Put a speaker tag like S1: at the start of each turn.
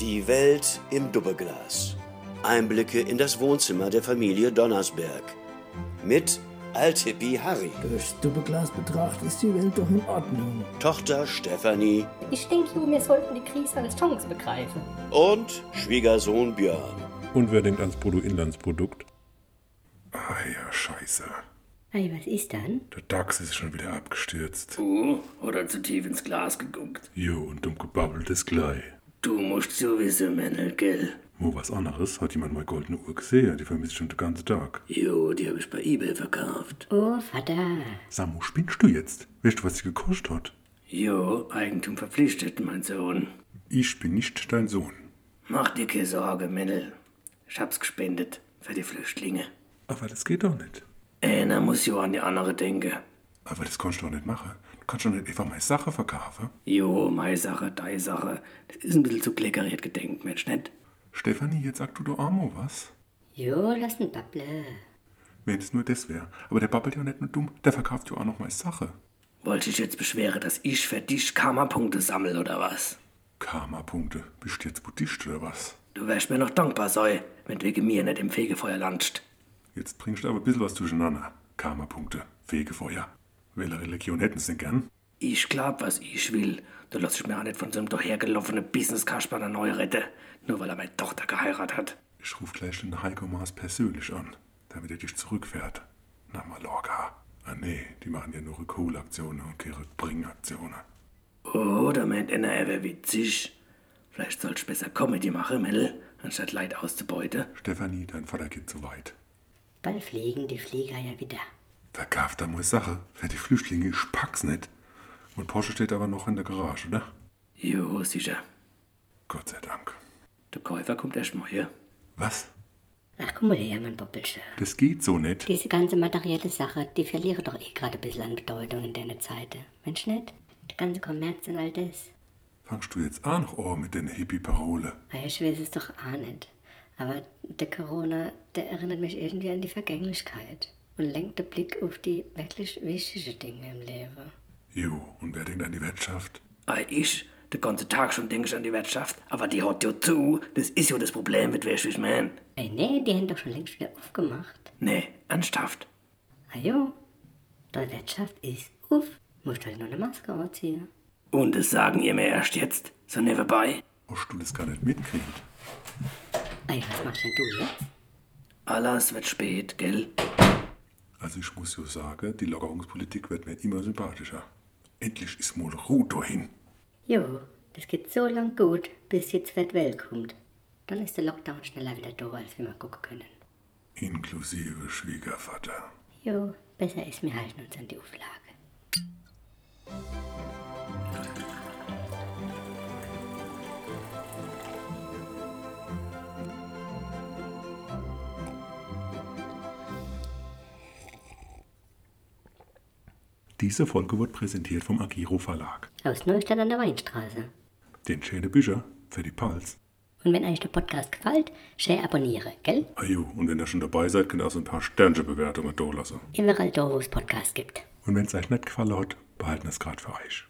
S1: Die Welt im Doppelglas. Einblicke in das Wohnzimmer der Familie Donnersberg. Mit Altippi Harry,
S2: Durchs Doppelglas betrachtet ist die Welt doch in Ordnung.
S1: Tochter Stefanie
S3: Ich denke, wir sollten die Krise als Chance begreifen.
S1: und Schwiegersohn Björn.
S4: Unwürdigend als Bruttoinlandsprodukt.
S5: Ah ja, scheiße.
S3: Ei, was ist dann?
S5: Der DAX ist schon wieder abgestürzt.
S6: Du oder zu tief ins Glas geguckt.
S5: Jo, und dumm gebabbeltes Glei.
S6: Du musst sowieso, Männel, gell?
S5: Wo was anderes hat jemand mal goldene Uhr gesehen. Die vermisse ich schon den ganzen Tag.
S6: Jo, die habe ich bei Ebay verkauft.
S3: Oh, Vater.
S5: Samu, spinnst du jetzt? Weißt du, was sie gekostet hat?
S6: Jo, Eigentum verpflichtet, mein Sohn.
S5: Ich bin nicht dein Sohn.
S6: Mach dir keine Sorge, Männel. Ich hab's gespendet für die Flüchtlinge.
S5: Aber das geht doch nicht.
S6: Einer muss jo an die andere denken.
S5: Aber das kannst du doch nicht machen. Du kannst doch nicht einfach meine Sache verkaufen.
S6: Jo, mei Sache, dei Sache. Das ist ein bisschen zu kleckeriert gedenkt, Mensch, nicht?
S5: Stefanie, jetzt sag du doch Amo was.
S3: Jo, lass ihn babble.
S5: Wenn es nur das wäre. Aber der babbelt ja nicht nur dumm, der verkauft ja auch noch meine Sache.
S6: Wollte ich jetzt beschweren, dass ich für dich Karma-Punkte sammel, oder was?
S5: Karma-Punkte. Bist du jetzt Buddhist oder was?
S6: Du wärst mir noch dankbar, Soi, wenn wegen mir nicht im Fegefeuer landscht.
S5: Jetzt bringst du aber ein bisschen was durcheinander. Karma-Punkte. Fegefeuer. Welche Religion hätten sie denn gern?
S6: Ich glaub, was ich will. Da lass ich mir auch nicht von so einem dahergelaufenen Business-Kasperner neu retten. Nur weil er meine Tochter geheiratet hat.
S5: Ich rufe gleich den Heiko Maas persönlich an, damit er dich zurückfährt. Nach Mallorca. Ah nee, die machen ja nur Rückholaktionen und keine Rückbringenaktionen.
S6: Oh, da meint einer, er wär witzig. Vielleicht sollst du besser Comedy machen, Mel, anstatt Leid auszubeuten.
S5: Stefanie, dein Vater geht zu weit.
S3: Bald fliegen die Flieger ja wieder.
S5: Verkauft da mal Sache. Für die Flüchtlinge, ich pack's nicht. Und Porsche steht aber noch in der Garage, oder?
S6: Jo, sicher.
S5: Gott sei Dank.
S6: Der Käufer kommt erst mal hier.
S5: Was?
S3: Ach, guck mal her, mein Poppelsche.
S5: Das geht so nicht.
S3: Diese ganze materielle Sache, die verliere doch eh gerade ein bisschen an Bedeutung in deiner Zeit. Mensch, nicht? Der ganze Kommerz und all das.
S5: Fangst du jetzt auch noch an mit deiner Hippie-Parole?
S3: Ah, Ich weiß es doch auch nicht. Aber der Corona, der erinnert mich irgendwie an die Vergänglichkeit und lenkt den Blick auf die wirklich wichtigen Dinge im Leben.
S5: Jo, und wer denkt an die Wirtschaft?
S6: Ah, ich, den ganzen Tag schon denk ich an die Wirtschaft, aber die hat jo zu. Das ist jo das Problem mit Wäsch, ich mein.
S3: Ey, nee, die haben doch schon längst wieder aufgemacht.
S6: Nee, ernsthaft.
S3: Ah jo, die Wirtschaft ist uff. Musst halt nur eine Maske anziehen.
S6: Und das sagen ihr mir erst jetzt, so nebenbei.
S5: Hast du das gar nicht mitkriegt?
S3: Ey, was machst denn du jetzt?
S6: Alles wird spät, gell?
S5: Also ich muss ja sagen, die Lockerungspolitik wird mir immer sympathischer. Endlich ist mal Ruhe dahin.
S3: Jo, das geht so lang gut, bis jetzt wird Welt kommt. Dann ist der Lockdown schneller wieder da, als wir mal gucken können.
S5: Inklusive Schwiegervater.
S3: Jo, besser ist, wir halten uns an die Auflage.
S5: Diese Folge wird präsentiert vom Agiro Verlag.
S3: Aus Neustadt an der Weinstraße.
S5: Den schöne Bücher für die Pals.
S3: Und wenn euch der Podcast gefällt, share, abonniere, gell?
S5: Ajo, Ah und wenn ihr schon dabei seid, könnt ihr auch so ein paar Sternchen-Bewertungen da lassen.
S3: Überall da, wo es Podcasts gibt.
S5: Und wenn es euch nicht gefallen hat, behalten es gerade für euch.